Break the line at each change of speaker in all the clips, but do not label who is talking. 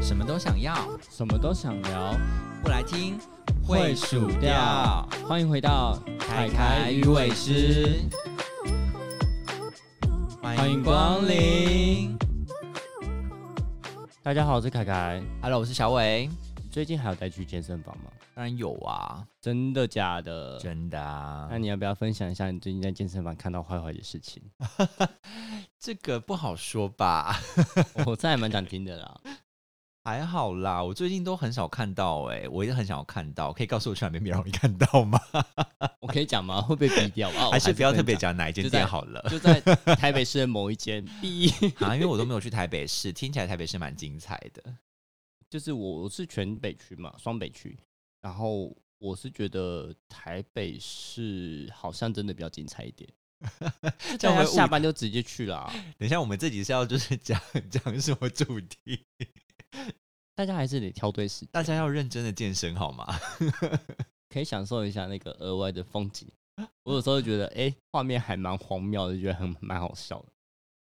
什么都想要，
什么都想聊，
不来听
会数掉。欢迎回到凯凯与伟师，欢迎光临。大家好，我是凯凯。
Hello，我是小伟。
最近还有在去健身房吗？
当然有啊，
真的假的？
真的啊
那。你要不要分享一下你最近在健身房看到坏坏的事情？
这个不好说吧？
我这还蛮想听的啦。
还好啦，我最近都很少看到哎、我也很想要看到，可以告诉我去哪边比较容易看到吗？
我可以讲吗？会被逼 掉啊？我
哦还是不要特别
能
讲哪一间
就在
店好 了
就在台北市的某一间 B，
啊，因为我都没有去台北市，听起来台北市蛮精彩的。
就是我我是全北区嘛，双北区，然后我是觉得台北市好像真的比较精彩一 点，
这样
大
会
家
误
下班就直接去啦，
等一下，我们这集是要就是讲讲什么主题？
大家还是得挑对时，
大家要认真的健身好吗？
可以享受一下那个额外的风景。我有时候觉得，哎、画面还蛮荒谬的，觉得很蛮好笑的。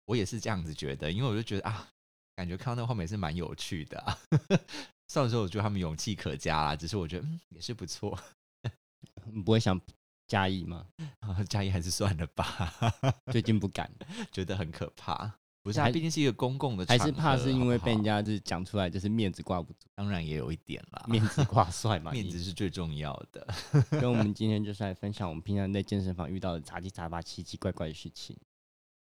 我也是这样子觉得，因为我就觉得啊，感觉看到那个画面是蛮有趣的、啊。 虽然说我觉得他们勇气可嘉啦，只是我觉得嗯也是不错，
你不会想加一吗？
啊，嘉义还是算了吧，
最近不敢，
觉得很可怕。不是、啊，
还
毕竟是一个公共的场
还
合，
是怕是因为被人
啊好
家就是讲出来，就是面子挂不住，
不好当然也有一点啦，面
面子挂帅 嘛。
面子是最重要的。
跟我们今天就是来分享我们平常在健身房遇到的杂七杂八、奇奇怪怪的事情。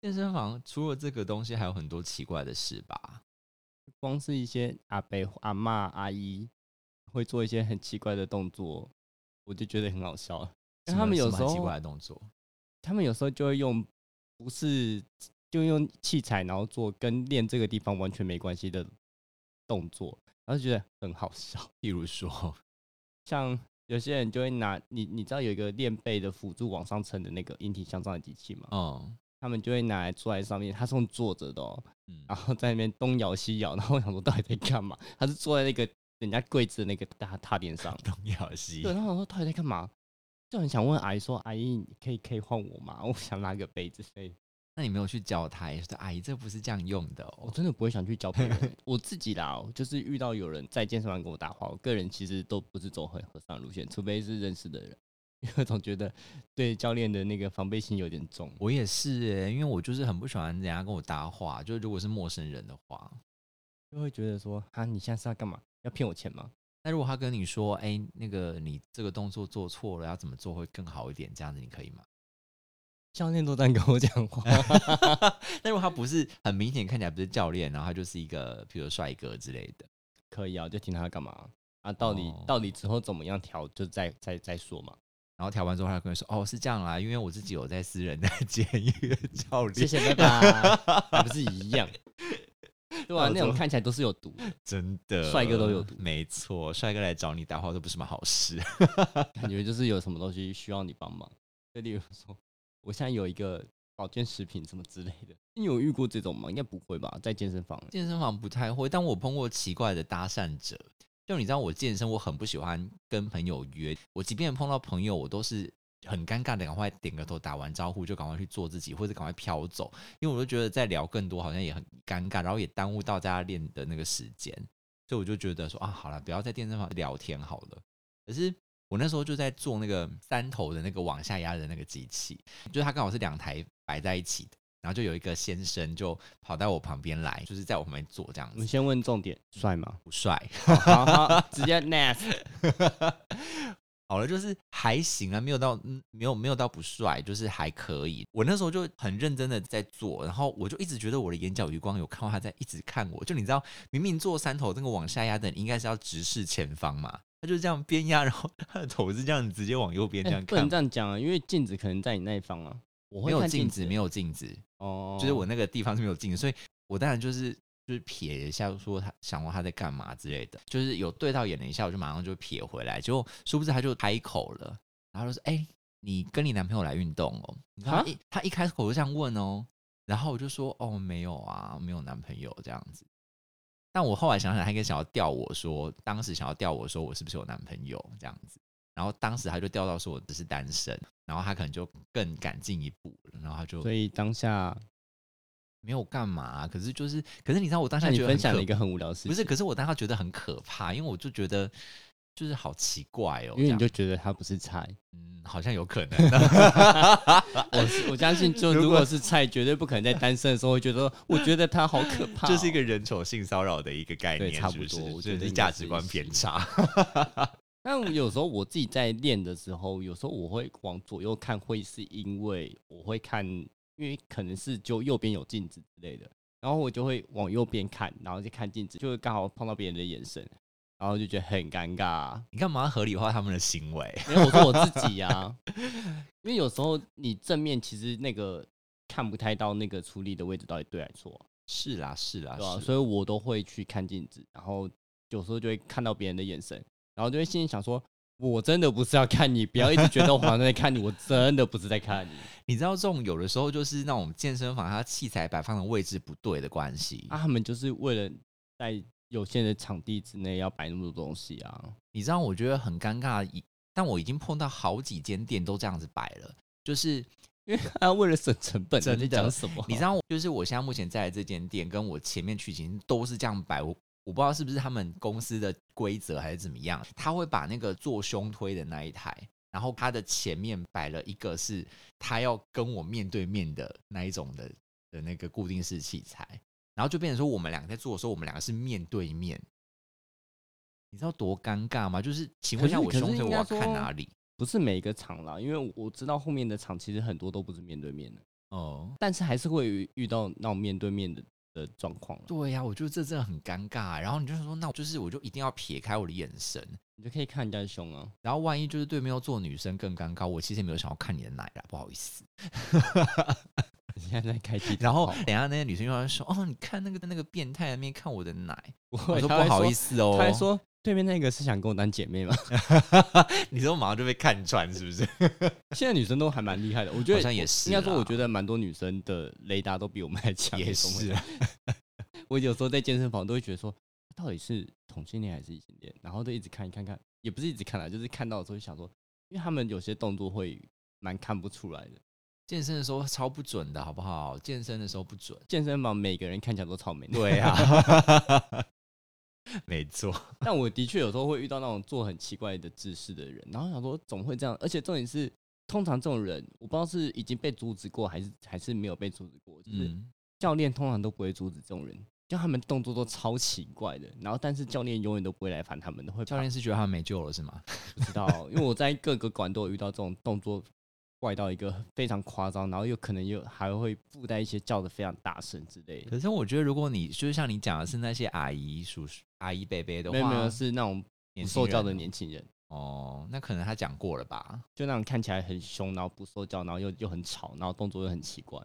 健身房除了这个东西，还有很多奇怪的事吧？
光是一些阿伯、阿嬷、阿姨会做一些很奇怪的动作，我就觉得很好笑。因为他们
什
有
么
时
什么很奇怪
候，
的动作，
他们有时候就会用不是就用器材，然后做跟练这个地方完全没关系的动作，然后就觉得很好笑。
譬如说，
像有些人就会拿你，你知道有一个练背的辅助往上撑的那个引体向上的机器吗？
嗯
他们就会拿来坐在上面，他是用坐着的哦，
嗯，
然后在那边东摇西摇，然后我想说到底在干嘛？他是坐在那个人家柜子的那个大踏垫上
东摇西
对，然后我说到底在干嘛？就很想问阿姨说：“阿姨，你可以可以换我吗？我想拿个杯子。”所以
那你没有去教他，也说阿姨这不是这样用的哦
我。真的不会想去教别人。欸 我自己啦，就是遇到有人在健身房跟我搭话，我个人其实都不是走很和善的路线，除非是认识的人， 因为我总觉得对教练的那个防备心有点重。
我也是耶，因为我就是很不喜欢人家跟我搭话，就是如果是陌生人的话，
就会觉得说：“啊，你现在是要干嘛？要骗我钱吗
那如果他跟你说，哎、那个你这个动作做错了，要怎么做会更好一点，这样子你可以吗？？”
教练都这样跟我讲话，
但如果他不是很明显看起来不是教练，然后他就是一个比如说帅哥之类的，
可以啊，就听他干嘛啊？到底、
哦
到底之后怎么样调，就再再再说嘛。
然后调完之后他跟你说，哦是这样啦，因为我自己有在私人的 监狱的教
谢
练，
谢，拜拜，还不是一样？对啊，
那我
那种
就
看起来都是有毒的，
真的
帅哥都有毒
没错，帅哥来找你搭话都不是什么好事。
感觉就是有什么东西需要你帮忙。就例如说，我现在有一个保健食品什么之类的，你有遇过这种吗？应该不会吧，在健身房。
健身房不太会，但我碰过奇怪的搭讪者。就你知道，我健身我很不喜欢跟朋友约，我即便碰到朋友，我都是很尴尬的，赶快点个头，打完招呼就赶快去做自己，或者赶快飘走，因为我就觉得再聊更多好像也很尴尬，然后也耽误到大家练的那个时间，所以我就觉得说啊，好了，不要在健身房聊天好了。可是我那时候就在做那个三头的那个往下压的那个机器，就是它刚好是两台摆在一起的。然后就有一个先生就跑到我旁边来，就是在我旁边坐这样
我们
子，
先问重点，帅吗？
不帅，
好好，直 接 next。
好了，就是还行啊，没有到嗯，没有没有到不帅，就是还可以。我那时候就很认真的在做，然后我就一直觉得我的眼角余光有看到他在一直看我，就你知道，明明做三头那个往下压的，你应该是要直视前方嘛，他就这样边压，然后他的头是这样直接往右边这
哎
样
不
看，
能这样讲啊，因为镜子可能在你那一方啊。我
没
会
有
看
镜子，
子，
没有镜子，
哦，
就是我那个地方是没有镜子，所以我当然就是就是瞥一下，说他想问他在干嘛之类的，就是有对到眼了一下，我就马上就瞥回来，结果殊不知他就开口了，然后就说：“哎、你跟你男朋友来运动哦？”你知道
啊
他一他一开口就这样问哦，然后我就说：“哦，没有啊，没有男朋友这样子。”但我后来想想，他应该想要吊我说，当时想要吊我说我是不是有男朋友这样子。然后当时他就调到说我只是单身，然后他可能就更敢进一步了，然后他就
所以当下，
没有干嘛、啊可是就是，可是你知道我当
那
下
你
觉得
分
很
享
可
了一个很无聊的事情，
不是，可是我当下觉得很可怕，因为我就觉得就是好奇怪哦，
因为你
这
就
样
觉得他不 是菜。
嗯，好像有可 能，
我是我相信，就如果是菜，绝对不可能在单身的时候会觉得说，我觉得他好 可怕哦、
这是一个人丑性骚扰的一个概
对
念，
差
是
不
是
多我觉
这
得
是
应该
价
是
值观
是
偏差。
但我有时候我自己在练的时候，有时候我会往左右看，会是因为我会看，因为可能是就右边有镜子之类的，然后我就会往右边看，然后就看镜子，就会刚好碰到别人的眼神，然后就觉得很尴尬、
你干嘛合理化他们的行为？
没有，我说我自己呀、因为有时候你正面其实那个看不太到那个处理的位置到底对还是错啊、
是啦，是啦，
对啊，
是
所以我都会去看镜子，然后有时候就会看到别人的眼神，然后就会心里想说，我真的不是要看你，不要一直觉得我好像在看你，我真的不是在看你
你知道这种有的时候就是那种健身房它器材摆放的位置不对的关系
啊！他们就是为了在有限的场地之内要摆那么多东西啊，
你知道我觉得很尴尬，以但我已经碰到好几间店都这样子摆了，就是
啊，为了省成本，你
真
在
的
讲什么？啊
你知
道
道，就是我现在目前在的这间店，跟我前面去已经都是这样摆，我我不知道是不是他们公司的规则还是怎么样，他会把那个做胸推的那一台，然后他的前面摆了一个是他要跟我面对面的那一种的的那个固定式器材，然后就变成说我们两个在做的时候，我们两个是面对面。你知道多尴尬吗？就是，请问一下，我
可是可
胸
是
推我
应该
要看
说
哪里？
不是每一个场啦，因为我知道后面的场其实很多都不是面对面的，
哦，
但是还是会遇到那种面对面的的状况啊啦
对呀、我觉得这真的很尴尬。啊然后你就说，那我就是我就一定要撇开我的眼神，
你就可以看人家的胸啊。
然后万一就是对面要做女生更尴尬，我其实也没有想要看你的奶啦，不好意思。
你现在在开机，
然后等一下那些女生又来说：“哦，你看那个那个变态在那边看我的奶。”
我
我说：“
他会
不好意思哦。”
他还说对面那个是想跟我当姐妹嘛？：“
你说马上就被看穿是不是
现在女生都还蛮厉害的，我觉得
好像也是
应该说，
啦
我觉得蛮多女生的雷达都比我们还？”强。
也是啊，
我有时候在健身房都会觉得说，到底是同性恋还是异性恋？然后都一直看，看看，也不是一直看啦，啊就是看到的时候就想说，因为他们有些动作会蛮看不出来的。
健身的时候超不准的好不好？健身的时候不准。
健身房每个人看起来都超美，
对啊， 没错。
但我的确有时候会遇到那种做很奇怪的姿势的人，然后想说怎么会这样？而且重点是，通常这种人，我不知道是已经被阻止过，还是还是没有被阻止过。就是
嗯，
教练通常都不会阻止这种人，就他们动作都超奇怪的，然后但是教练永远都不会来烦他们的，会
教练是觉得他没救了是吗？
不知道，因为我在各个馆都有遇到这种动作怪到一个非常夸张，然后又可能又还会附带一些叫的非常大声之类的。
可是我觉得，如果你就是像你讲的是那些阿姨、叔叔、阿姨、伯伯的
没有
话，
没有，是那种不
年轻
受教
人
的
哦
年轻人。
哦，那可能他讲过了吧？
就那种看起来很凶，然后不受教，然后又又很吵，然后动作又很奇怪，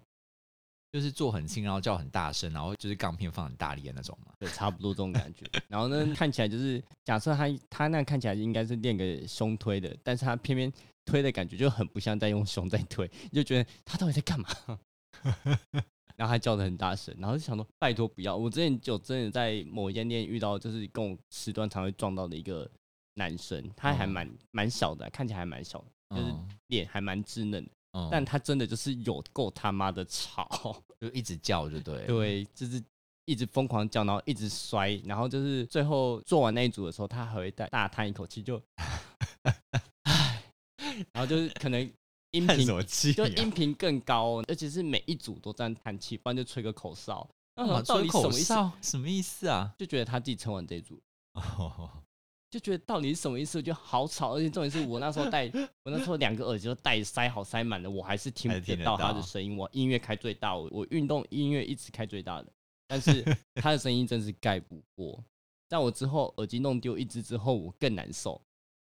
就是做很轻，然后叫很大声，然后就是钢片放很大力的那种嘛。
对，差不多这种感觉。然后呢，看起来就是假设他他那看起来应该是练个胸推的，但是他偏偏推的感觉就很不像在用胸在推，你就觉得他到底在干嘛？ 然后他叫的很大声，然后就想说拜托不要。我之前就真的在某一间店遇到，就是跟我时段常会撞到的一个男生，他还
嗯
蛮蛮、小的，看起来还蛮小的，就是
嗯，
脸还蛮稚嫩的，
嗯
但他真的就是有够他妈的吵。
就一直叫就对了。
对，就是一直疯狂叫，然后一直摔，然后就是最后做完那一组的时候，他还会大大叹一口气， 就，唉，然后就是可能音
叹什
频
么气、
就
啊？
音频更高、哦，而且是每一组都这样叹气，不然就吹个口哨。那
干嘛
我到
吹
底什
口
么意思？
哨什么意思啊？
就觉得他自己撑完这一组，
哦，
就觉得到底是什么意思？我觉得好吵，而且重点是我那时候戴，我那时候两个耳机都戴塞好塞满了，我还是听
还是
不
听得
到他
到
的声音。我音乐开最大，我我运动音乐一直开最大的，但 是他的声音真是盖不过。在我之后耳机弄丢一只之后，我更难受，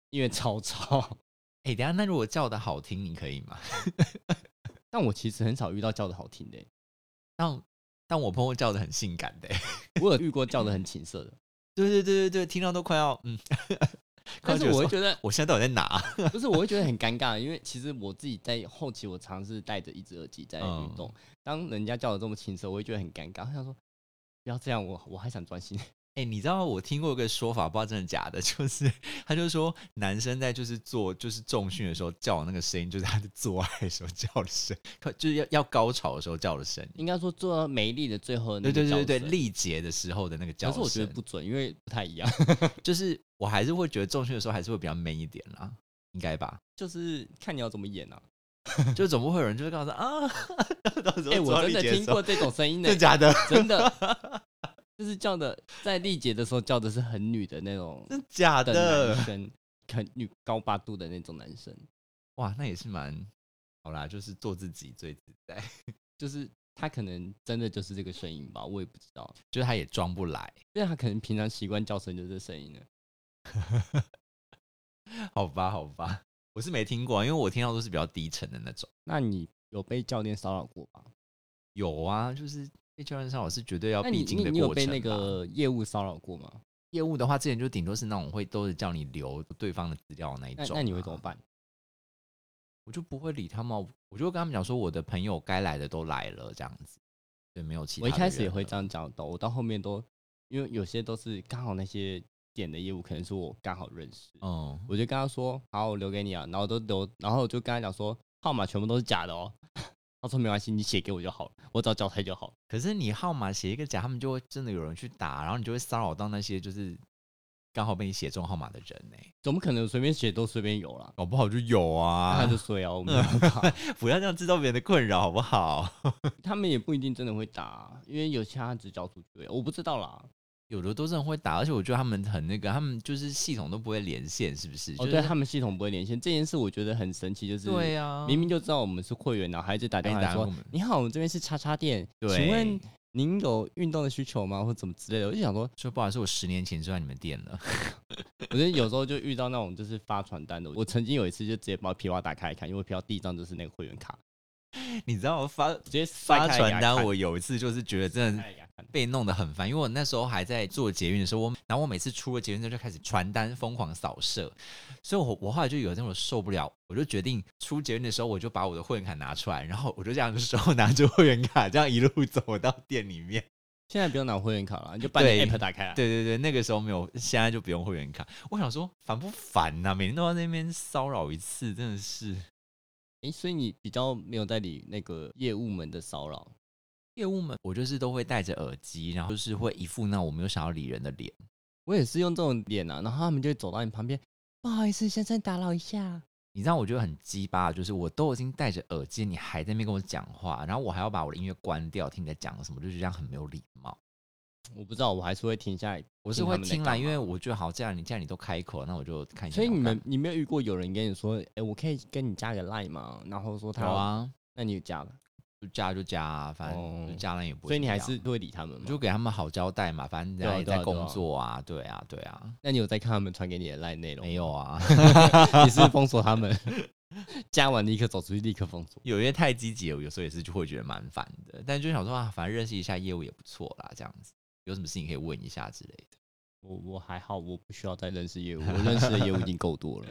因为超吵。
哎、等一下，那如果叫的好听，你可以吗？
但我其实很少遇到叫的好听的、欸
但但我朋友叫的很性感的、欸
我有遇过叫的很情色的，
对对对对对，听到都快要嗯， 快
但
要觉
是
得
我会
说
觉得
我现在到底在哪啊？
不是，我会觉得很尴尬，因为其实我自己在后期，我尝试戴着一只耳机在
嗯
运动，当人家叫的这么轻声，我会觉得很尴尬。我想说，不要这样，我我还想专心。
哎、哎、你知道我听过一个说法，不知道真的假的， 就是他就说男生在就是做就是重训的时候叫那个声音，就是他的做爱的时候叫的声，就是要要高潮的时候叫的声音。
应该说做到美丽的最后的那
对对对
个叫
对对，
声，
力竭的时候的那个叫
可是
声，
我觉得不准，因为不太一样。
就是我还是会觉得重训的时候还是会比较 man 一点啦，应该吧？
就是看你要怎么 演啊。
就总不会有人就是告诉他啊， 到时候
哎、我
做
真
力
的
竭
听
时候
过，这种 声音呢
真的，假的？
真的， 就是叫的，在丽姐的时候叫的是很女的那种
真的假
的
的
男？生，很女高八度的那种男生，
哇，那也是蛮好啦，就是做自己最自在，
就是他可能真的就是这个声音吧，我也不知道，
就是他也装不来，
因为他可能平常习惯叫声就是这声音了。
好吧，好吧，我是没听过啊，因为我听到都是比较低沉的那种。
那你有被教练骚扰过吧？
有啊，就是被教练上我是绝对要
那你
必经
你
的
你有
过
被
程啊啦。
那个业务骚扰过吗？
业务的话，之前就顶多是那种会都是叫你留对方的资料的那一
那
种、啊
那你会怎么？办？
我就不会理他们啊，我就跟他们讲说，我的朋友该来的都来了，这样子，对，没有其他
我
的嗯
一
人了。
开始也会这样讲的，我到后面都因为有些都是刚好那些点的业务，可能是我刚好认识，
嗯，
我就跟他说：“好，我留给你啊。”然后都留，然后我就跟他讲说：“号码全部都是假的哦。” 他说：“没关系，你写给我就好了，我找脚台就好。
可是你号码写一个假，他们就会真的有人去打，然后你就会骚扰到那些就是刚好被你写中号码的人呢、”
怎么可能随便写都随便有啦？
搞不好就有啊
他 就衰啊，我 没有办法
不要这样制造别人的困扰，好不好？
他们也不一定真的会打啊，因为有些他只交出去而已，我不知道啦。
有的都是很会打，而且我觉得他们很那个，他们就是系统都不会连线，是不是？
哦，
就是
对他们系统不会连线这件事，我觉得很神奇，就是
对啊，
明明就知道我们是会员，然后还一直打电话
还
来
打
说
我们：“
你好，我们这边是叉叉店，
对
请问您有运动的需求吗？或怎么之类的。”我就想说，
说不好意思，我十年前就在你们店 了，
我觉得有时候就遇到那种就是发传单的，我曾经有一次就直接把皮包打开来看，因为皮包第一张就是那个会员卡，
你知道我 发
直接
发传单，我有一次就是觉得真的
哎呀，
被弄得很烦，因为我那时候还在做捷运的时候，我然后我每次出了捷运之后就开始传单疯狂扫射，所以我我后来就有一阵我受不了，我就决定出捷运的时候我就把我的会员卡拿出来，然后我就这样手拿着会员卡这样一路走到店里面。
现在不用拿会员卡了，你就把你的
对
app 打开来。
对对对，那个时候没有，现在就不用会员卡。我想说烦不烦呐、每天都要在那边骚扰一次，真的是
哎，所以你比较没有在理那个业务们的骚扰，
业务们，我就是都会戴着耳机，然后就是会一副那我没有想要理人的脸。
我也是用这种脸啊，然后他们就会走到你旁边，不好意思，先生打扰一下。
你知道我觉得很鸡巴，就是我都已经戴着耳机，你还在那边跟我讲话，然后我还要把我的音乐关掉，听你在讲什么，就是这样很没有礼貌。
我不知道，我还是会停下来。
我是会
听他们在
听
干
来，
嘛
因为我觉得好，既然你既然你都开口，那我就看一下
所
要干嘛。
以你们你没有遇过有人跟你说，哎，我可以跟你加个 line 吗？然后说他
有，啊，
那你有加了，
就加就加、啊，反正就
哦
加了也不会
所以
怎么样。
你还是会理他们
我
吗？
就给他们好交代嘛，反正人家也
对啊对啊
在工作啊，对啊，对啊，
那你有在看他们传给你的 line 内容吗？
没有啊，
你是封锁他们， 加完立刻走出去，立刻封锁。
有些太积极了，有时候也是就会觉得蛮烦的，但就想说啊，反正认识一下业务也不错啦，这样子，有什么事情可以问一下之类的。
我我还好，我不需要再认识业务， 我认识的业务已经够多了。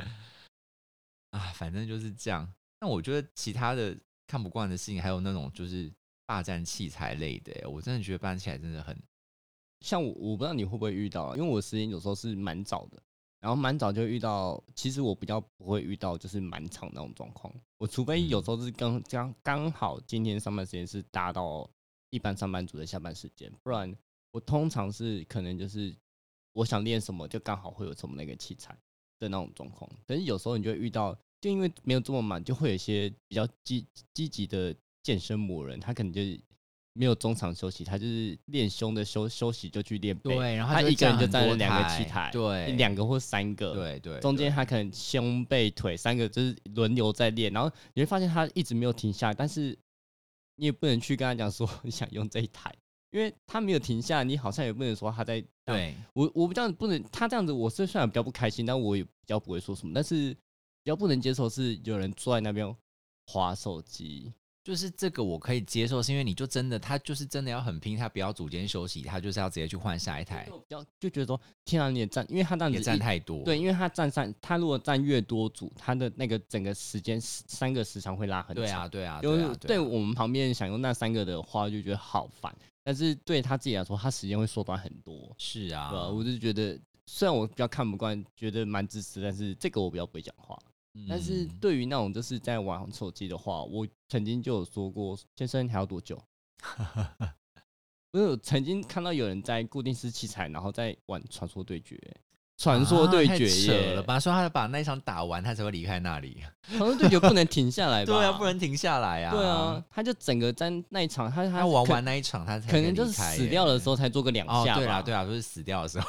啊，反正就是这样。那我觉得其他的看不惯的事情，还有那种就是霸占器材类的欸，我真的觉得霸占器材真的很
像我，我不知道你会不会遇到啊，因为我时间有时候是蛮早的，然后蛮早就遇到。其实我比较不会遇到就是满场那种状况，我除非
嗯
有时候是刚刚刚好今天上班时间是搭到一般上班族的下班时间，不然我通常是可能就是我想练什么就刚好会有什么那个器材的那种状况。可是有时候你就会遇到，就因为没有这么满，就会有一些比较积积极的健身魔人，他可能就是没有中场休息，他就是练胸的休休息就去练背，
对，然后
他
就会
一个人就
很
占了
多
两个器材
对，
两个或三个，
对对，
中间
对
他可能胸背腿三个就是轮流在练，然后你会发现他一直没有停下来，但是你也不能去跟他讲说你想用这一台，因为他没有停下来，你好像也不能说他在
对
我我比较不能他这样子，我是虽然比较不开心，但我也比较不会说什么，但是比较不能接受是有人坐在那边划手机，
就是这个我可以接受，是因为你就真的他就是真的要很拼，他不要组间休息，他就是要直接去换下一台
就，比较就觉得说天啊你也站，因为他这样子
也
一
占太多。
对，因为他站三，他如果站越多组，他的那个整个时间三个时长会拉很长。
对啊对啊，
就
对
是
啊
对
啊
我们旁边想用那三个的话，就觉得好烦。但是对他自己来说，他时间会缩短很多，
是
对吧、
啊，
我就觉得，虽然我比较看不惯，觉得蛮自私，但是这个我比较不会讲话。但是
嗯
对于那种就是在玩手机的话，我曾经就有说过，先生你还要多久？ 我有曾经看到有人在固定式器材，然后在玩传说对决，传说
啊
对
太
决
扯
耶，
了吧？说他把那一场打完，他才会离开那里。
传说对决不能停下来吧？
对啊，不。能停下来啊。
对啊，，他就整个在那一场，他他
他玩
可
完那一场，他才
可能就是
离开
死
耶
掉的时候才做个两
哦，
下、
对啦，对。啦，就是死掉的时 候，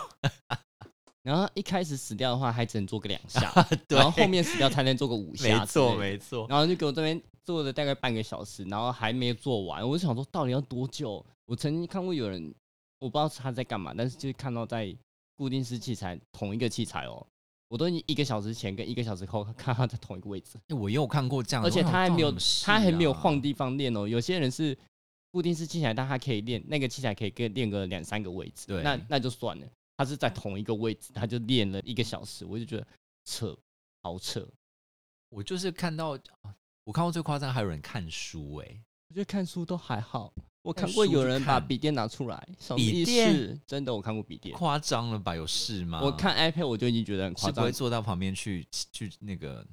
然后一开始死掉的话，还只能做个两下，
对
然后后面死掉才能做个五下之类的。
没错没错，
然后就给我这边做了大概半个小时，然后还没做完，我就想说到底要多久？我曾经看过有人，我不知道他在干嘛，但是就是看到在固定式器材同一个器材哦，我都已经一个小时前跟一个小时后看他在同一个位置，
欸我也有看过这样的，
而且
我想
他还没有、
到底什么事啊
他还没有换地方练哦，有些人是。固定式器材，但他可以练那个器材，可以跟练个两三个位置，
对
那那就算了。他是在同一个位置，他就练了一个小时，我就觉得扯，好扯。
我就是看到，啊我看过最夸张，还有人看书哎、
我觉得看书都还好，我
看
看过
书
有
就
人把
看
笔电拿出来，什么
笔
意
电
思？真的，我看过笔电，
夸张了吧？有事吗？
我看 iPad 我就已经觉得很夸
是不会
张。
坐到旁边去去那个，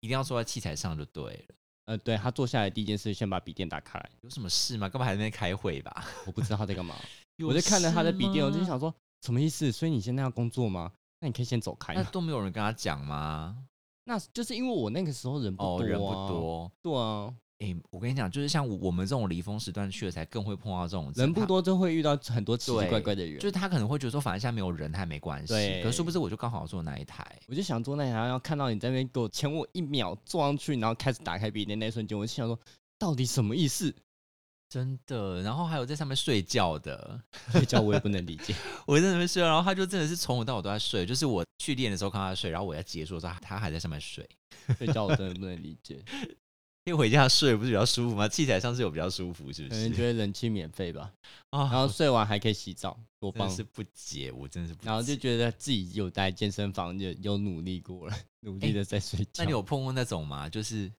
一定要坐在器材上就对了。
呃，对他坐下来第一件事，先把笔电打开来，
有什么事吗？干嘛还在那边开会吧？
我不知道他在干嘛，我就看着他的笔电，我就
有事吗，
想说什么意思？所以你现在要工作吗？那你可以先走开
那
嘛。
都没有人跟他讲吗？
那就是因为我那个时候人不多、
哦，人不，多。
对啊，
哎、我跟你讲，就是像我我们这种离峰时段去的，才更会碰到这种
人不
他
多就会遇到很多奇奇怪
对
怪的人
就。是他可能会觉得说，反正现在没有人，还没关系。
对
可是殊不知，我就刚好坐那一台。
我就想坐那台，然后看到你在那边给我前我一秒坐上去，然后开始打开笔电那一瞬间，我就想说，到底什么意思？
真的，然后还有在上面睡觉的，
睡觉我也不能理解。
我在那边睡觉，然后他就真的是从我到我都在睡，就是我去练的时候看他睡，然后我在结束的时候他还在上面睡，
睡觉我真的不能理 解，
因为回家睡不是比较舒服吗？器材上是有比较舒服，是
可
不
能
是？
觉得冷气免费 吧，
啊，
然后睡完还可以洗澡，多
真
棒
的！是不解，我真的是不解。
然后就觉得自己有在健身房有有努力过了，努力的在睡觉。
哎那你有碰过那种吗？就是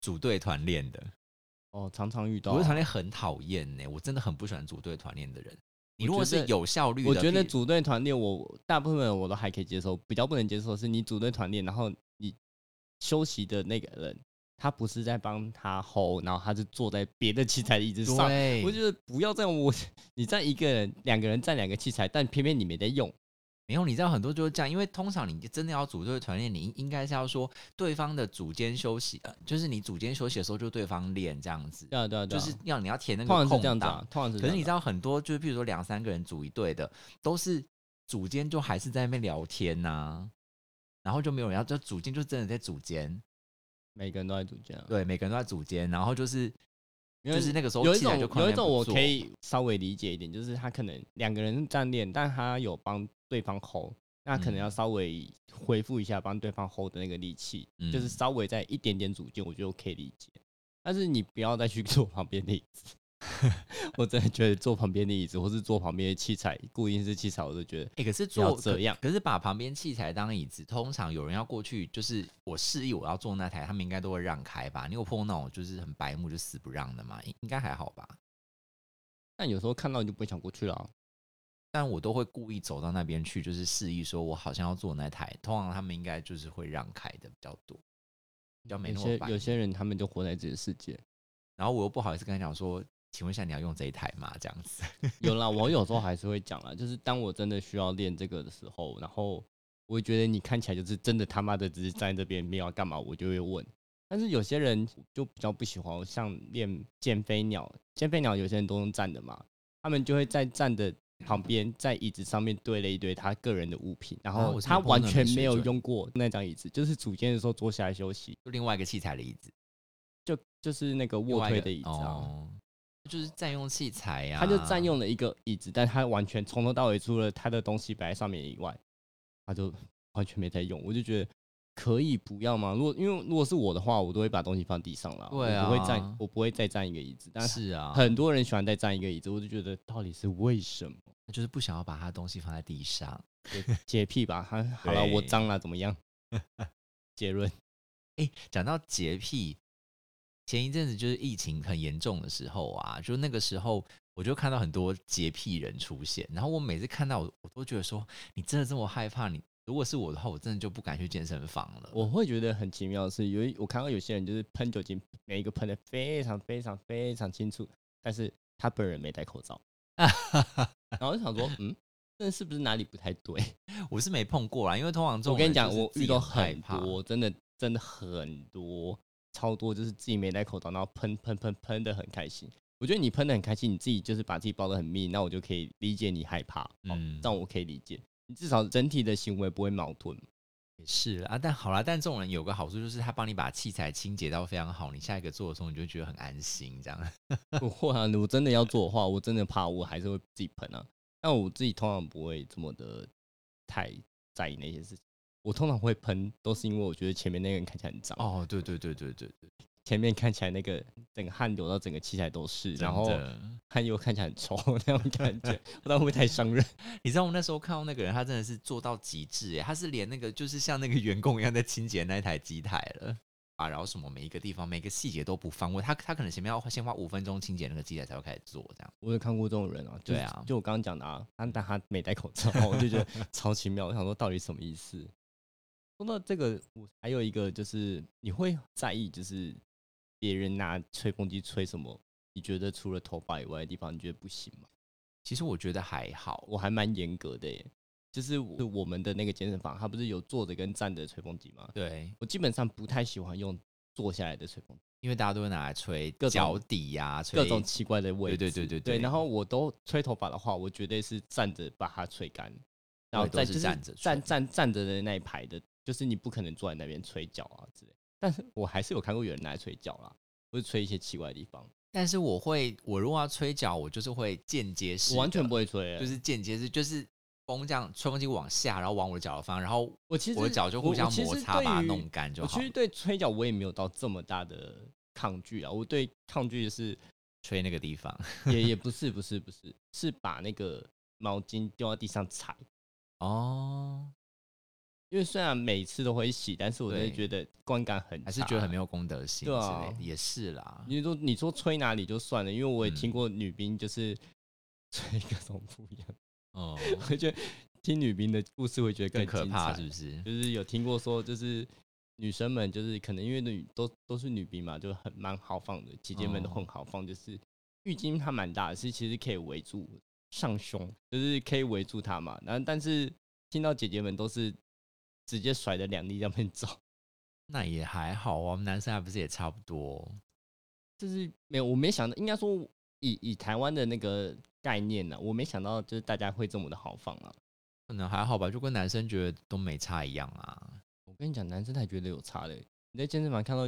组队团练的，
哦，常常遇到
组队团
啊，
练很讨厌呢，我真的很不喜欢组队团练的人。你
我
如果
觉得
是有效率的，
我觉得
譬如
组队团练我大部分我都还可以接受，比较不能接受的是你组队团练，然后你休息的那个人他不是在帮他 hold，然后他是坐在别的器材的椅子上。
对，
我觉得不要这样，我你站一个人，两个人站两个器材，但偏偏你没在用。
没有，你知道很多就是这样，因为通常你真的要组队团练，你应应该是要说对方的组间休息，呃，就是你组间休息的时候就对方练这样子，
对啊，对啊，对
就
啊
是要你要填那
通
个
常是
空
这样子
档
啊。，通常是这
可是
样子啊。
你知道很多就是譬如说两三个人组一队的，都是组间就还是在那边聊天呐、然后就没有人要，就组间就真的在组间，
每个人都在组建啊，
对，每个人都在组间，然后就是
因为
就是那个时候
有一
起来
种
就狂
有一
练
种
不
我
做
可以稍微理解一点，就是他可能两个人站练，但他有帮对方 hold，那可能
嗯
要稍微恢复一下帮对方 hold 的那个力气，就是
嗯
稍微再一点点组建，我觉得我可以理解。但是你不要再去 坐旁边的椅子， 我真的觉得坐旁边的椅子或是坐旁边的器材，固定式器材，我都觉得
欸、可是
不要
坐
这
可
样
可是把旁边器材当椅子，通常有人要过去，就是我示意我要坐那台，他们应该都会让开吧？你有碰过那种就是很白目就死不让的吗？应应该还好吧？
但有时候看到你就不会想过去了啊、
但我都会故意走到那边去，就是示意说我好像要坐那台，通常他们应该就是会让开的比较多，比较没
有
那
些
么白目。
有些人他们就活在自己的世界。
然后我又不好意思跟他讲说，请问一下你要用这一台吗？这样子，
有啦，我有时候还是会讲啦，就是当我真的需要练这个的时候，然后我觉得你看起来就是真的他妈的只是站在这边没有要干嘛，我就会问。但是有些人就比较不喜欢，像练箭飞鸟，箭飞鸟有些人都用站的嘛，他们就会在站的旁边，在椅子上面堆了一堆他个人的物品，然
啊
后
我真的
他完
碰到那
全
种
没有
水准
用过那张椅子，就是组间的时候坐下来休息，
就另外一个器材的椅子，
就就是那个
另
卧
外一
推
个
的椅子啊。
哦就是占用器材啊呀、
他就占用了一个椅子，但他完全从头到尾除了他的东西摆在上面以外，他就完全没在用。我就觉得可以不要吗？如果因为如果是我的话，我都会把东西放地上了，
对啊
我不会站，我不会再占一个椅子。但是
是啊，
很多人喜欢再占一个椅子，我就觉得到底是为什么？
就是不想要把他的东西放在地上。
洁癖吧，他好了，我
对
脏了怎么样？ 结论
哎、讲到洁癖，前一阵子就是疫情很严重的时候啊，就那个时候我就看到很多洁癖人出现，然后我每次看到我，我都觉得说，你真的这么害怕？你如果是我的话，我真的就不敢去健身房了。
我会觉得很奇妙的是，有一我看到有些人就是喷酒精，每一个喷的非常非常非常清楚，但是他本人没戴口 罩，然后我就想说，嗯，那是不是哪里不太对？
我是没碰过啦，因为通常这种
我跟你
人
讲，
就是
我
自己
遇到
害
很
怕，
多，真的真的很多，超多，就是自己没戴口罩，然后喷喷喷喷的很开心。我觉得你喷的很开心，你自己就是把自己包的很密，那我就可以理解你害怕，嗯
嗯，
这样我可以理解。你至少整体的行为不会矛盾。
也是啦啊。但好啦，但这种人有个好处就是他帮你把器材清洁到非常好，你下一个做的时候你就觉得很安心，这样。
不 会啊，我真的要做的话，我真的怕，我还是会自己喷啊。但我自己通常不会这么的太在意那些事情。我通常会喷，都是因为我觉得前面那个人看起来很脏，
哦，对对对对对，对
前面看起来那个整个汗流到整个器材都是，然后
真的
汗又看起来很臭 那种感觉，不知道会不会太伤人？
你知道我那时候看到那个人，他真的是做到极致耶，他是连那个就是像那个员工一样在清洁那台机台了啊，然后什么每一个地方每个细节都不放过，他他可能前面要先花五分钟清洁那个机台才会开始做这样。
我有看过这种人啊，就
对
是
啊
就我刚刚讲的啊，但但他没戴口罩，我就觉得超奇妙，我想说到底什么意思？说到这个，我还有一个就是你会在意，就是别人拿吹风机吹什么？你觉得除了头发以外的地方，你觉得不行吗？
其实我觉得还好，
我还蛮严格的耶，就是我我们的那个健身房，它不是有坐着跟站着的吹风机吗？
对，
我基本上不太喜欢用坐下来的吹风机，
因为大家都会拿来吹
各种
脚底呀、吹
各种奇怪的位置。
对对对对
对
对
然后我都吹头发的话，我绝对是站着把它吹干，然
我
后
也都
再
是
就是
站着吹
站站站着的那一排的，就是你不可能坐在那边吹脚啊之类。但是我还是有看过有人拿来吹脚啦，或者吹一些奇怪的地方，
但是我会，我如果要吹脚，我就是会间接式
我
的，
完全不会吹欸、
就是间接式，就是风这样吹风机往下，然后往我的脚的方向，然后
我其实
我的脚就互相
我其实
摩擦，
对
把
于
它弄干就
我
好
其
了
实。对吹脚我也没有到这么大的抗拒啊，我对抗拒的是
吹那个地方
也也不是不是不是，是把那个毛巾丢到地上踩。
哦，
因为虽然每次都会洗，但是我真的
对
觉得观感很差，
还是觉得很没
有。
有公德心之
对
类
啊
的，也是啦。
你说你说吹哪里就算了，因为
嗯
我也听过女兵就是 吹各种不一样，
哦，
我觉得听女兵的故事会觉得
更
可
可
怕
怕是不是？
就是有听过说，就是女生们就是可能因为女都都是女兵嘛，就很蛮豪放的，姐姐们都
哦
很豪放，就是浴巾它蛮大的，是其实可以围住上胸，就是可以围住它嘛。然后但是听到姐姐们都是直接甩着两粒在那边走。
那也还好啊，我们男生还不是也差不多。
就是没有，我没想到，应该说以以台湾的那个概念呢、我没想到就是大家会这么的豪放啊。
可能还好吧，就跟男生觉得都没差一样啊。
我跟你讲，男生才觉得有差的、你在健身房看到，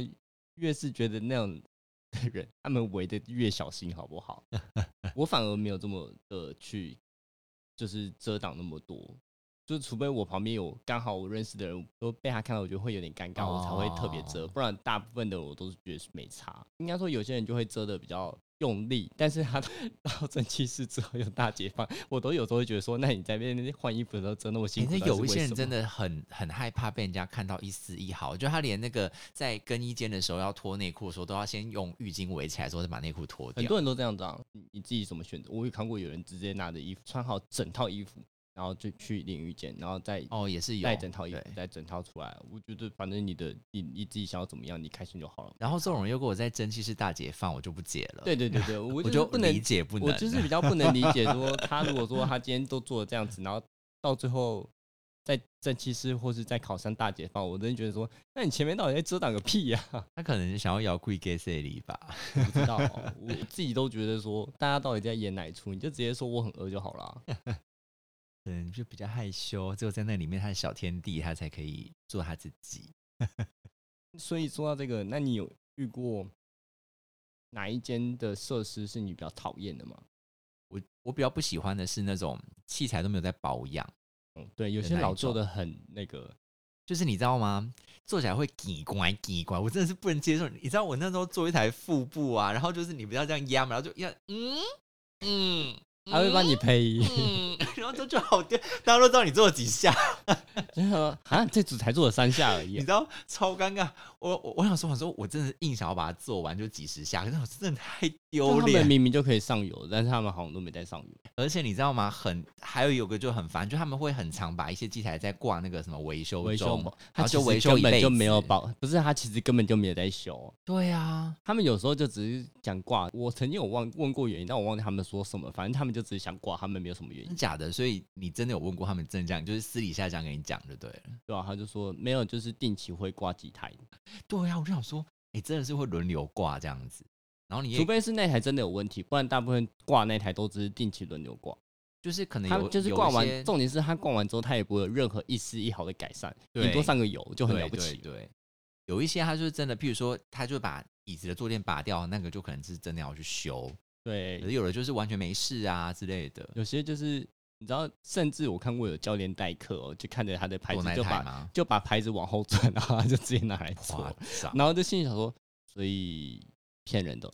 越是觉得那种的人，他们围的越小心，好 不好？我反而没有这么的去，就是遮挡那么多，就除非我旁边有刚好我认识的人都被他看到，我觉得会有点尴尬，我才会特别遮，
哦
不然大部分的我都是觉得是没差。应该说有些人就会遮的比较。用力，但是他 到蒸汽室之后有大解放，我都有时候会觉得说，那你在那边换衣服的时候遮那么辛
欸
苦，
那
到底
有
是
一
为
些人
什
真
么
的很很害怕被人家看到一丝一毫，就他连那个在更衣间的时候要脱内裤的时候，都要先用浴巾围起来，之后再把内裤脱
很
掉。
多人都这样子啊，你你自己怎么选择？我有看过有人直接拿着衣服，穿好整套衣服，然后就去淋浴间，然后再
哦，也是有
带整套衣服
对，
再整套出来。我觉得反正你的你你自己想要怎么样，你开心就好了。
然后这种人又给我在蒸汽室大解放，我就不解了。
对对对 对，我
我
就是
就
不能
理解不能。啊
我就是比较不能理解说他如果说他今天都做了这样子，然后到最后在蒸汽室或是在烤箱大解放，我真的觉得说，那你前面到底在遮挡个屁呀、
他可能想要摇柜给谁里吧？
我不知道哦、 我自己都觉得说，大家到底在演哪一出？你就直接说我很饿就好了。啊
嗯，就比较害羞，只有在那里面他的小天地，他才可以做他自己。
所以说到这个，那你有遇过哪一间的设施是你比较讨厌的吗？
我我比较不喜欢的是那种器材都没有在保养，
嗯，对，有
的
些
哪一
老旧
种
的很那个，
就是你知道吗？坐起来会叽拐叽拐，我真的是不能接受。你知道我那时候坐一台腹部啊，然后就是你不要这样压嘛，然后就要嗯嗯，
他会帮你配音，
嗯， 然后这就好丢，大家都知道你做了几 下，
然后啊，这组才做了三下而已
你
啊、
知道超尴尬。我我我想说，我说我真的是硬想要把它做完，就几十下，可是我真的太
就
丢
他们
脸。
明明就可以上游，但是他们好像都没在上游。
而且你知道吗？很还有有个就很烦，就他们会很常把一些器材在挂那个什么维修
维修
中
嘛，
然
他
后
其
就
实
维修
根
一
本
辈
就没有
子
保，不是他其实根本就没有在修。
对啊，
他们有时候就只是想挂。我曾经有忘问过原因，但我忘记他们说什么。反正他们就只是想挂，他们没有什么原
真
因，
假的？所以你真的有问过他们真的这样，就是私底下这样跟你讲就对了。
对啊吧、他就说没有，就是定期会挂几台，
对啊，我就想说，哎、真的是会轮流挂这样子。然后你
除
也
非是那台真的有问题，不然大部分挂那台都只是定期轮流挂。
就是可能
他
有
就是
有
挂
一些
完，重点是他挂完之后，他也不会有任何一丝一毫的改善，顶
对
多上个油就很了不
对
起。
对对，有一些他就是真的，譬如说，他就把椅子的坐垫拔掉，那个就可能是真的要去修。
对
可是有的就是完全没事啊之类的。
有些就是你知道，甚至我看过有教练代课哦，就看着他的牌
做
子
奶
就
台
把
吗？
就把牌子往后转，然后他就直接拿来
夸
做，
张，
然后就心里想说，所以骗人的。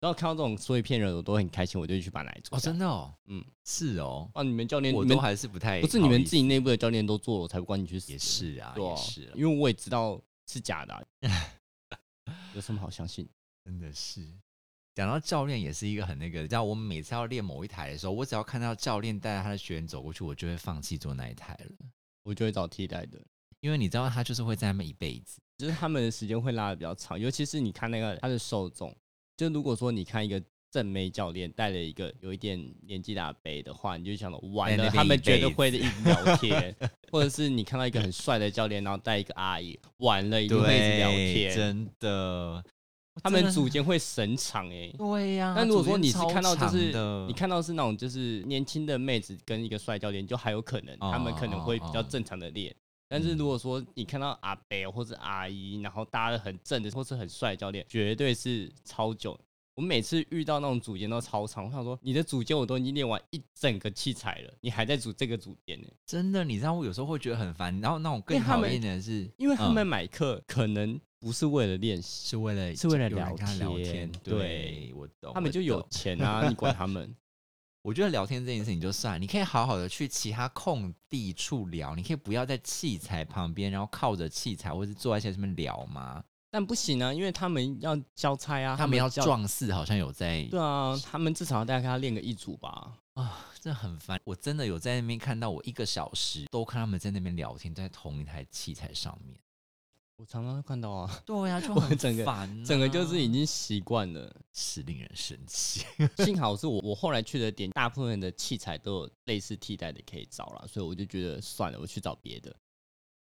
然后看到这种所以骗人的，我都很开心，我就去把它拿来做。
哦，真的哦，
嗯，
是哦，
啊，你们教练，
我
你
都
们
还是不太
不是
好
你们
意
自己内部的教练都做了，我才不管你去
思
死。
也是啊，
对啊
也是啊，
因为我也知道是 假的啊、有什么好相信？
真的是。讲到教练也是一个很那个，你知道我们每次要练某一台的时候，我只要看到教练带着他的学员走过去，我就会放弃做那一台了，
我就会找替代的。
因为你知道他就是会在那边一辈子。
就是他们的时间会拉的比较长，尤其是你看那个他的受众，就如果说你看一个正妹教练带了一个有一点年纪大的杯的话，你就想到完
在那
了，
边
他们
一辈
绝
子
对会一 直聊天，或者是你看到一个很帅的教练，然后带一个阿姨，完了一定会一直聊天，
真的，
他们
真的
组间会神场 哎、
对呀、
但如果说你是
左边
看到就
超长
是
的
你看到是那种就是年轻的妹子跟一个帅教练，就还有可能，
哦
他们可能会比较正常的练。但是如果说你看到阿伯或是阿姨，然后搭的很正的或是很帅的教练，绝对是超久。我每次遇到那种组间都超长，我想说你的组间我都已经练完一整个器材了，你还在组这个组间呢、
真的，你知道我有时候会觉得很烦，然后那种更
因为他
讨
们
厌的是，
因为他们
嗯
买课可能不是为了练习，
是为了
是为了
有人
聊
跟他聊
天
天，
对
我懂，
他
哦
们
我
就有
懂
钱啊，你管他们。
我觉得聊天这件事情就算了，你可以好好的去其他空地处聊，你可以不要在器材旁边，然后靠着器材或是坐在一些什么聊吗？
但不行啊，因为他们要交差啊，
他们要
交
撞似好像有在
对啊，他们至少要带他练个一组吧。
啊，这很烦。我真的有在那边看到我一个小时都看他们在那边聊天，在同一台器材上面。
我常常会看到啊，
对 呀、就
我
很
整个
烦、 啊
整个就是已经习惯了。
是令人生气。
幸好是我我后来去的点，大部分的器材都有类似替代的可以找了，所以我就觉得算了，我去找别的。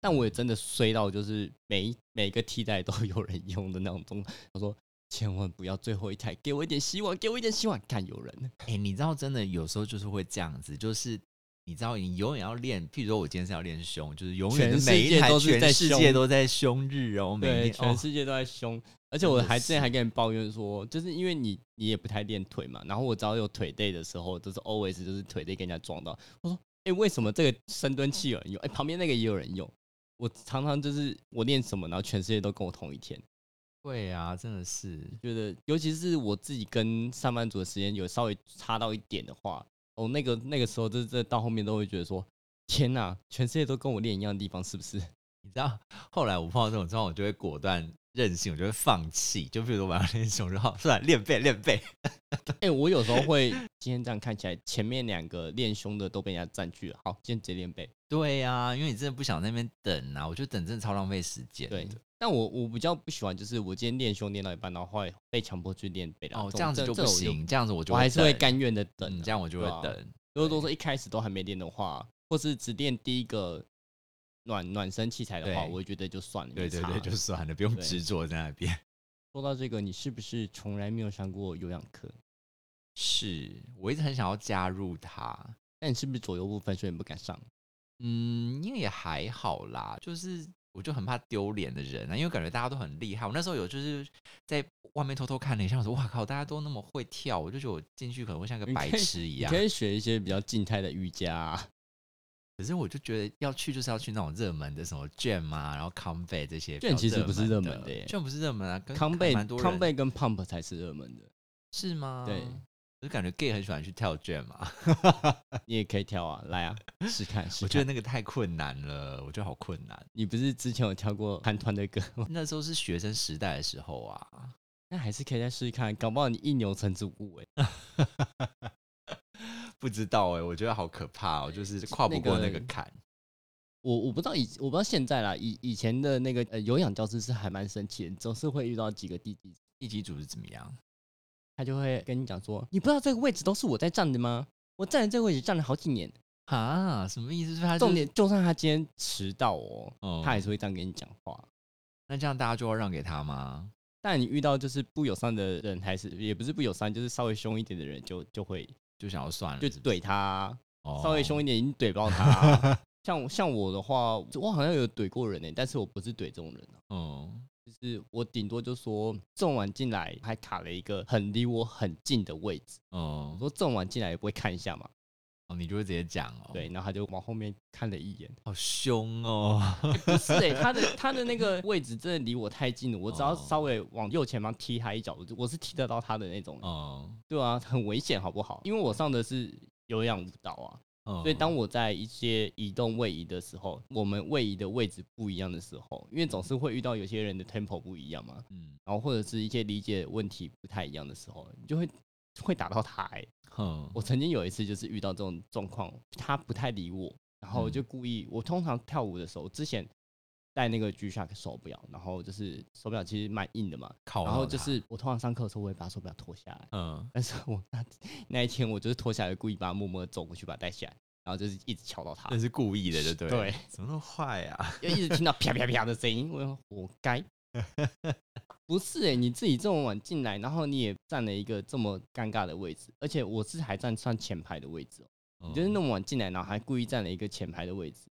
但我也真的衰到，就是每一每个替代都有人用的那种东。我说千万不要最后一台，给我一点希望，给我一点希望。看有人，
哎、你知道，真的有时候就是会这样子，就是你知道，你永远要练，譬如说我今天是要练胸，就是永远
全
的每
世
一
界
台
都是在
全世界
胸
都在胸日哦，每
对，
天
全
哦，
世界都在凶。而且
真
我
的
还之前
是
还跟人抱怨说，就是因为你你也不太练腿嘛，然后我只要有腿累的时候，就是 always 就是腿累跟人家撞到。我说，哎、为什么这个深蹲器有人用？哎、旁边那个也有人用。我常常就是我练什么，然后全世界都跟我同一天，
对啊，真的是
觉得尤其是我自己跟上班族的时间有稍微差到一点的话，哦，那个那个时候就是这到后面都会觉得说，天哪、全世界都跟我练一样的地方，是不是？
你知道，后来我碰到这种状况，我就会果断任性，我就会放弃。就比如说我要练胸，然后 算了，练背练背，
哎、我有时候会今天这样看起来，前面两个练胸的都被人家占据了。好，今天直接练背。
对呀、因为你真的不想在那边等啊，我觉得等真的超浪费时间的。
对，但我我比较不喜欢，就是我今天练胸练到一半，然后后来被强迫去练背了。
哦，这样子就
种
不。行，这样子我
这
就
种我就我还是会
等
甘愿的等、
嗯，
啊
这。样我就会
对啊
等。
如果说一开始都还没练的话，或是只练第一个暖暖身器材的话，
对
我会觉得就算了。
对
没
对
差
对，就算了，不用
对
执着在那边。
说到这个，你是不是从来没有上过有氧课？
是我一直很想要加入它，
那你是不是左右部分所以你不敢上？
嗯，因为也还好啦，就是我就很怕丢脸的人啊，因为感觉大家都很厉害。我那时候有就是在外面偷偷看了一下，我说哇靠，大家都那么会跳，我就觉得我进去可能会像个
你
白
可以
痴一
你
样。
可以学一些比较静态的瑜伽啊、
可是我就觉得要去就是要去那种热门的什么 Jam 啊，然后 Combat 这些比
Jam
较
其实不是
热
热门的耶
，Jam 不是热门啊，跟
康
还
贝
蛮多人
康贝跟 Pump 才是热门的，
是吗？
对
我就感觉 gay 很喜欢去跳卷嘛，
你也可以跳啊，来啊，试看 试看。
我觉得那个太困难了，我觉得好困难。
你不是之前有跳过韩团的歌吗？
那时候是学生时代的时候啊，
那还是可以再试试看，搞不好你一扭成主顾哎。
不知道哎、我觉得好可怕哦、就是跨不过那
那
个
个
坎。
我我不知道以我不知道现在啦，以以前的那个呃有氧教室是还蛮神奇的，总是会遇到几个弟弟，
一级组是怎么样？
他就会跟你讲说，你不知道这个位置都是我在站的吗？我站在这个位置站了好几年，
啊，什么意思？是他就是
重点就算他今天迟到哦，
哦，
他也是会这样跟你讲话。
那这样大家就要让给他吗？
但你遇到就是不友善的人，还是也不是不友善，就是稍微凶一点的人就，就会
就想要算了，
就是
不是
怼他，啊
哦
稍微凶一点，你怼 爆他。像像我的话，我好像有怼过人呢、欸但是我不是怼这种人啊、
嗯，
就是我顶多就说郑晚进来还卡了一个很离我很近的位置，
哦
我，说郑晚进来也不会看一下嘛，
哦，你就会直接讲哦，
对，，然后他就往后面看了一眼，
好凶哦，
不是 哎、他的他的那个位置真的离我太近了，我只要
哦
稍微往右前方踢他一脚，我就我是踢得到他的那种欸、
哦，
对啊，很危险好不好？因为我上的是有氧舞蹈啊，
所
所以当我在一些移动位移的时候，我们位移的位置不一样的时候，因为总是会遇到有些人的 tempo 不一样嘛，
嗯
然后或者是一些理解问题不太一样的时候，你就会会打到他、欸。
哼
我曾经有一次就是遇到这种状况，他不太理我，然后我就故意，我通常跳舞的时候，之前戴那个 G Shock 手表，然后就是手表其实蛮硬的嘛，
靠到
然后就
他
是我通常上课的时候我会把手表脱下来，
嗯
但是我那那一天我就是脱下来，故意把它默默地走过去把它戴下来，然后就是一直敲到它
那，是故意的，就对了。
对，
怎么那么坏啊？
就一直听到啪啪啪的声音，我说活该。不是哎、你自己这么晚进来，然后你也占了一个这么尴尬的位置，而且我是还占算前排的位置、哦。你就是那么晚进来，然后还故意占了一个前排的位置，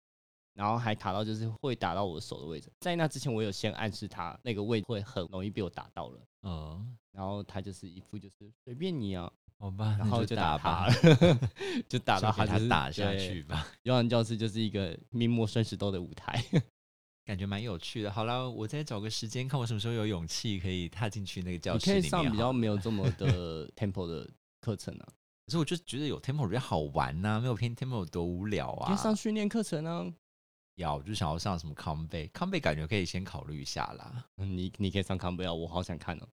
然后还卡到就是会打到我手的位置。在那之前，我有先暗示他那个位置会很容易被我打到了，
嗯，
然后他就是一副就是随便你啊，
好吧，
然后
就
打
吧，
他，就打到
就
他
给
就是
打下。
对
去吧，
有氧教室就是一个面目生死斗的舞台，
感觉蛮有趣的。好啦，我再找个时间，看我什么时候有勇气可以踏进去那个教
你
室
可
里
以
面。
上比较
好了
没有这么 的 tempo 的课程啊，
可是我就觉得有 tempo 比较好玩呐、没有偏 tempo 有多无聊
你可
啊
以。上训练课程啊，
要，我就想要上什么 combat，combat 感觉可以先考虑一下啦。
嗯你你可以上康贝尔，我好想看哦。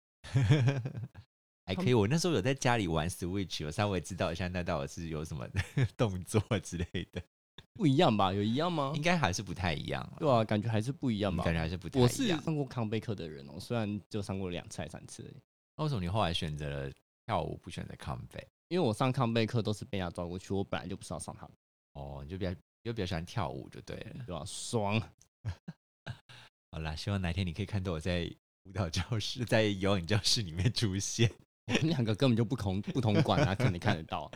还可以，我那时候有在家里玩 Switch，我稍微知道一下那到底是有什么 动作之类的，
不一样吧？有一样吗
应？该还是不太一样了。
对啊，感觉还是不一样
嗯
吧
感。觉还是不太一样。
我是上过康贝课的人哦、虽然就上过两次还三次而已，
那为什么你后来选择了跳舞，不选择康贝？
因为我上康贝课都是被人家抓过去，我本来就不是要上他的，
哦，你就比较你就比较喜欢跳舞就对了。
对吧、爽！
好啦，希望哪天你可以看到我在舞蹈教室、在游泳教室里面出现。
我们两个根本就不同不同馆啊，肯定看得到啊、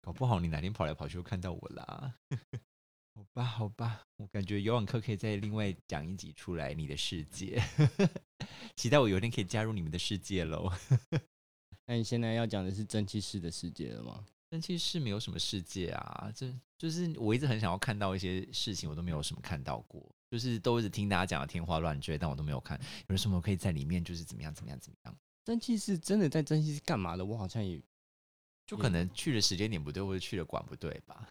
搞不好你哪天跑来跑去会看到我啦。好吧，好吧，我感觉游泳课可以再另外讲一集出来，你的世界。 期待我有一天可以加入你们的世界喽。
那你现在要讲的是蒸汽室的世界了吗？
但其实是没有什么世界啊，这就是我一直很想要看到一些事情，我都没有什么看到过，就是都一直听大家讲的天花乱坠，但我都没有看。有什么可以在里面就是怎么样怎么样怎么样，
蒸汽室真的在蒸汽室干嘛的？我好像也，
就可能去的时间点不对，或者去的馆不对吧。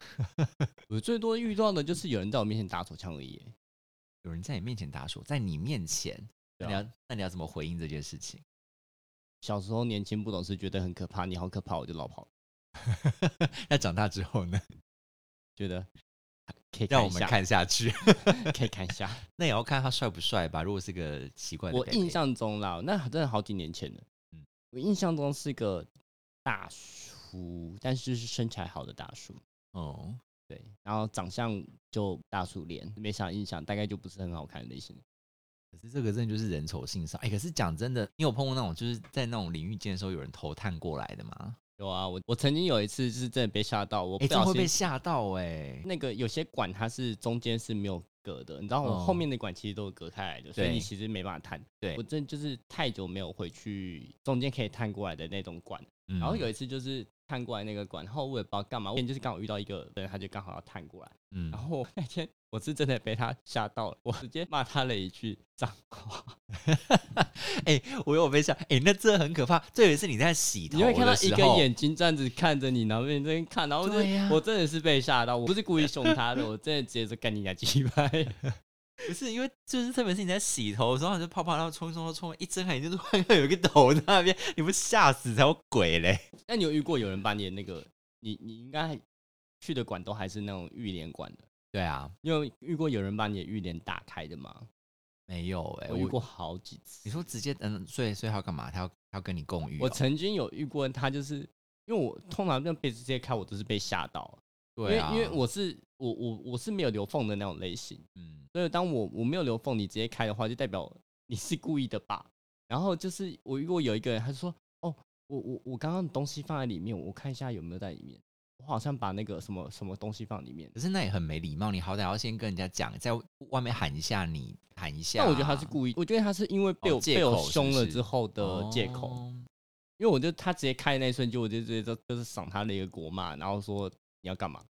我最多遇到的就是有人在我面前打手枪而已耶。
有人在你面前打手，在你面前，那你
对啊
要那你要怎么回应这件事情？
小时候年轻不懂事，觉得很可怕，你好可怕，我就老跑了，
那长大之后呢？
觉得可以
让
看
我
一
们
下，
看下去。
可以看一下。
那也要看他帅不帅吧。如果是个奇怪的
我
北北
印象中啦，那真的好几年前了。
嗯
我印象中是个大叔，但是是身材好的大叔，
哦，
对，然后长相就大叔脸，没啥印象，大概就不是很好看的类型。
可是这个真的就是人丑性骚。哎、可是讲真的，你有碰过那种就是在那种淋浴间的时候有人头探过来的吗？
有啊，我我曾经有一次就是真的被吓到，我
哎、
不
这样
小
会被
心、
吓到哎、
那个有些管它是中间是没有隔的，你知道我
哦
后面的管其实都有隔开来的，所以
对
你其实没办法探。
对
我真的就是太久没有回去中间可以探过来的那种管，
嗯
然后有一次就是探过来那个管，然后我也不知道干嘛，我就是刚好遇到一个人，他就刚好要探过来，
嗯
然后那天我是真的被他吓到了，我直接骂他了一句脏话，
哎、哎、我有被吓，哎、那真的很可怕。这有一次你在洗头
你会看到
的
一
时
个
候，
眼睛这样子看着你，然后认真看，然后我就、
对呀
我真的是被吓到，我不是故意凶他的，我真的直接就干你俩鸡巴。
不是因为就是特别是你在洗头的时候，你就泡泡然后冲一冲冲，一睁开眼睛就突然看有一个头在那边，你不吓死才有鬼嘞！
那你有遇过有人把你的那个，你你应该去的馆都还是那种浴帘馆的，
对啊，
你有遇过有人把你的浴帘打开的吗？
没有哎、
我遇过好几次。
你说直接嗯，所以所以他要干嘛？他要他要跟你共浴、
我
哦？
曾经有遇过他，就是因为我通常那被直接开，我都是被吓到，
对啊，
因为因为我是我我我是没有留缝的那种类型，
嗯，
所以当我我没有留缝，你直接开的话，就代表你是故意的吧？然后就是我如果有一个人，他就说哦，我我我刚刚东西放在里面，我看一下有没有在里面，我好像把那个什么什么东西放里面。
可是那也很没礼貌，你好歹要先跟人家讲，在外面喊一下你喊一下啊。
但我觉得他是故意，我觉得他是因为被
哦
我、
借
被我
口是不
凶了
是
之后的借口，
哦
因为我就他直接开的那一瞬间，我就直接就就是赏他的一个国骂，然后说你要干嘛？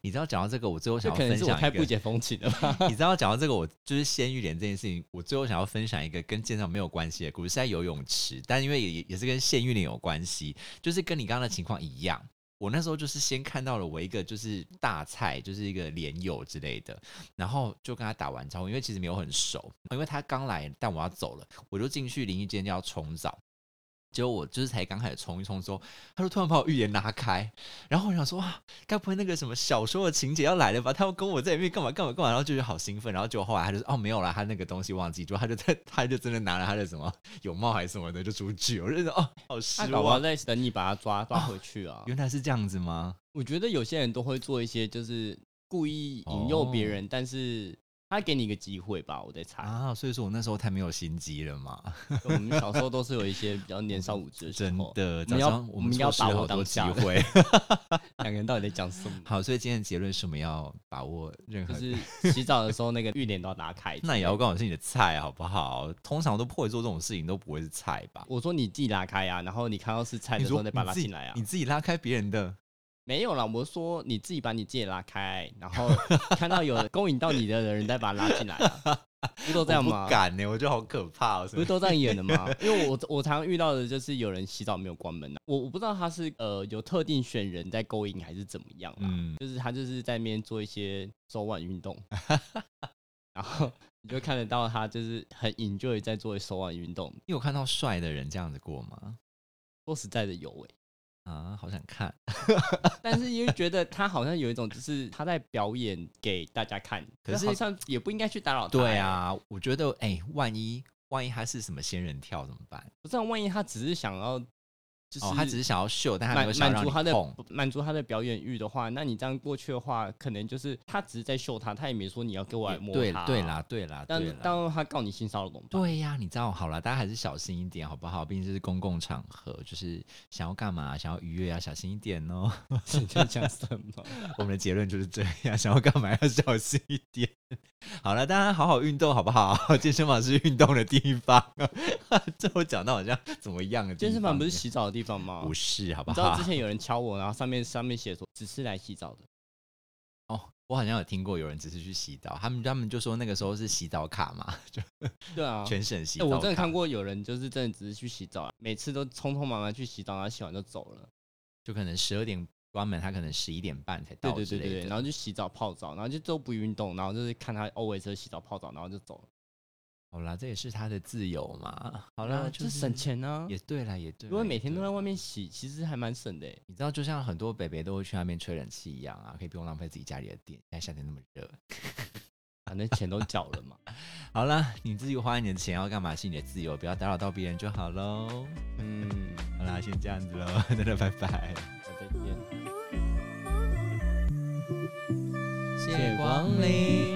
你知道讲到这个，我最后
这
想要
可能
分
是我
享
太
一
不
个。
解风情了 吧？
你知道讲到这个，我就是鲜浴帘这件事情，我最后想要分享一个跟健身没有关系的故事，是在游泳池，但因为也也是跟鲜浴帘有关系，就是跟你刚刚的情况一样。我那时候就是先看到了我一个就是大菜，就是一个莲友之类的，然后就跟他打完招呼，因为其实没有很熟，因为他刚来，但我要走了，我就进去淋浴间要冲澡。结果我就是才刚开始冲一冲之后，他就突然把我浴帘拉开，然后我想说啊，该不会那个什么小说的情节要来了吧？他要跟我在里面干嘛干嘛干嘛，然后就觉得好兴奋，然后结果后来他就说哦没有啦，他那个东西忘记，就他就在他就真的拿了他的什么泳帽还是什么的就出去，我就觉得哦好失
他搞不好
望，哦
在等你把他抓抓回去啊。
原来是这样子吗？
我觉得有些人都会做一些就是故意引诱别人，但是他给你一个机会吧，我在猜。
哦啊，所以说我那时候太没有心机了 嘛，
我们小时候都是有一些比较年少无知的时
真
候，
的，
哦我们
早
要
上我
我
们
们要
错失了
把
好
握
多
当
机
下。
会。
两个人到底在讲什么？
好，所以今天的结论是我们要把握任何，
就是洗澡的时候那个浴帘都要打开。
那也要刚好是你的菜好不好？通常都不会做这种事情，都不会是菜吧？
我说你自己拉开啊，然后你看到是菜的
你
时候
说
再把它拉
你自己
进来啊
你。自己拉开别人的，
没有啦，我说你自己把你自己拉开，然后看到有勾引到你的人再把他拉进来、 啊，不都
我
这样
不
吗？
敢呢、我觉得好可怕、哦。
不是都这样演的吗？因为我我常遇到的就是有人洗澡没有关门、啊，我我不知道他是呃有特定选人在勾引还是怎么样啦，
嗯，
就是他就是在那边做一些手腕运动， 然后你就看得到他就是很 enjoy 在做手腕运动。
你有看到帅的人这样子过吗？
说实在的有欸诶、
啊，好想看。
但是因为觉得他好像有一种就是他在表演给大家看，
可
可
是
是好像也不应该去打扰他、欸
对，啊，我觉得哎、万一万一他是什么仙人跳怎么办？
不是、啊、万一他只是想要就是、
哦，他只是想要秀，但他没有
满
想要
满
让
足
你
他的
碰。
满足他的表演欲的话，那你这样过去的话，可能就是他只是在秀他，他也没说你要给我来摸
对
他、啊
对，啦，对啦，对
但
啦。
当他告你性骚扰怎么 办？
对呀、你知道，好了，大家还是小心一点，好不好？毕竟这是公共场合，就是想要干嘛，想要愉悦啊，小心一点哦。
你在讲什么？
我们的结论就是这样，想要干嘛要小心一点。好了，大家好好运动，好不好？ 健身房是运动的地方。 最后讲到好像怎么样的地
健身房
方
不是
呢
洗澡的地方吗？
不是，好不
你知道
好
之？前有人敲我，然后上面上面写说只是来洗澡的，
哦，我好像有听过有人只是去洗澡，他们他们就说那个时候是洗澡卡嘛，就
对啊。
全省洗
哎、
澡卡。
我真的看过有人就是真的只是去洗澡，啊每次都匆匆忙忙去洗澡，然后洗完就走了。
就可能十二点关门，他可能十一点半才
对
到
对
之
对
类的。
对对，然后就洗澡泡澡，然后就都不运动，然后就是看他 always 就洗澡泡澡，然后就走了。
好啦，这也是他的自由嘛。好啦，
啊
就
这
是
省钱啊，
也对啦，也对啦。
如果
也
每天都
对
在
啦
外面洗，其实还蛮省的欸。
你知道，就像很多北北都会去那边吹冷气一样啊，可以不用浪费自己家里的电。现在夏天那么热，
反正钱都缴了 嘛。
好啦，你自己花你的钱要干嘛是你的自由，不要打扰到别人就好喽。
嗯，
好啦，先这样子喽， 大家拜拜。
那再见。
谢
谢光临。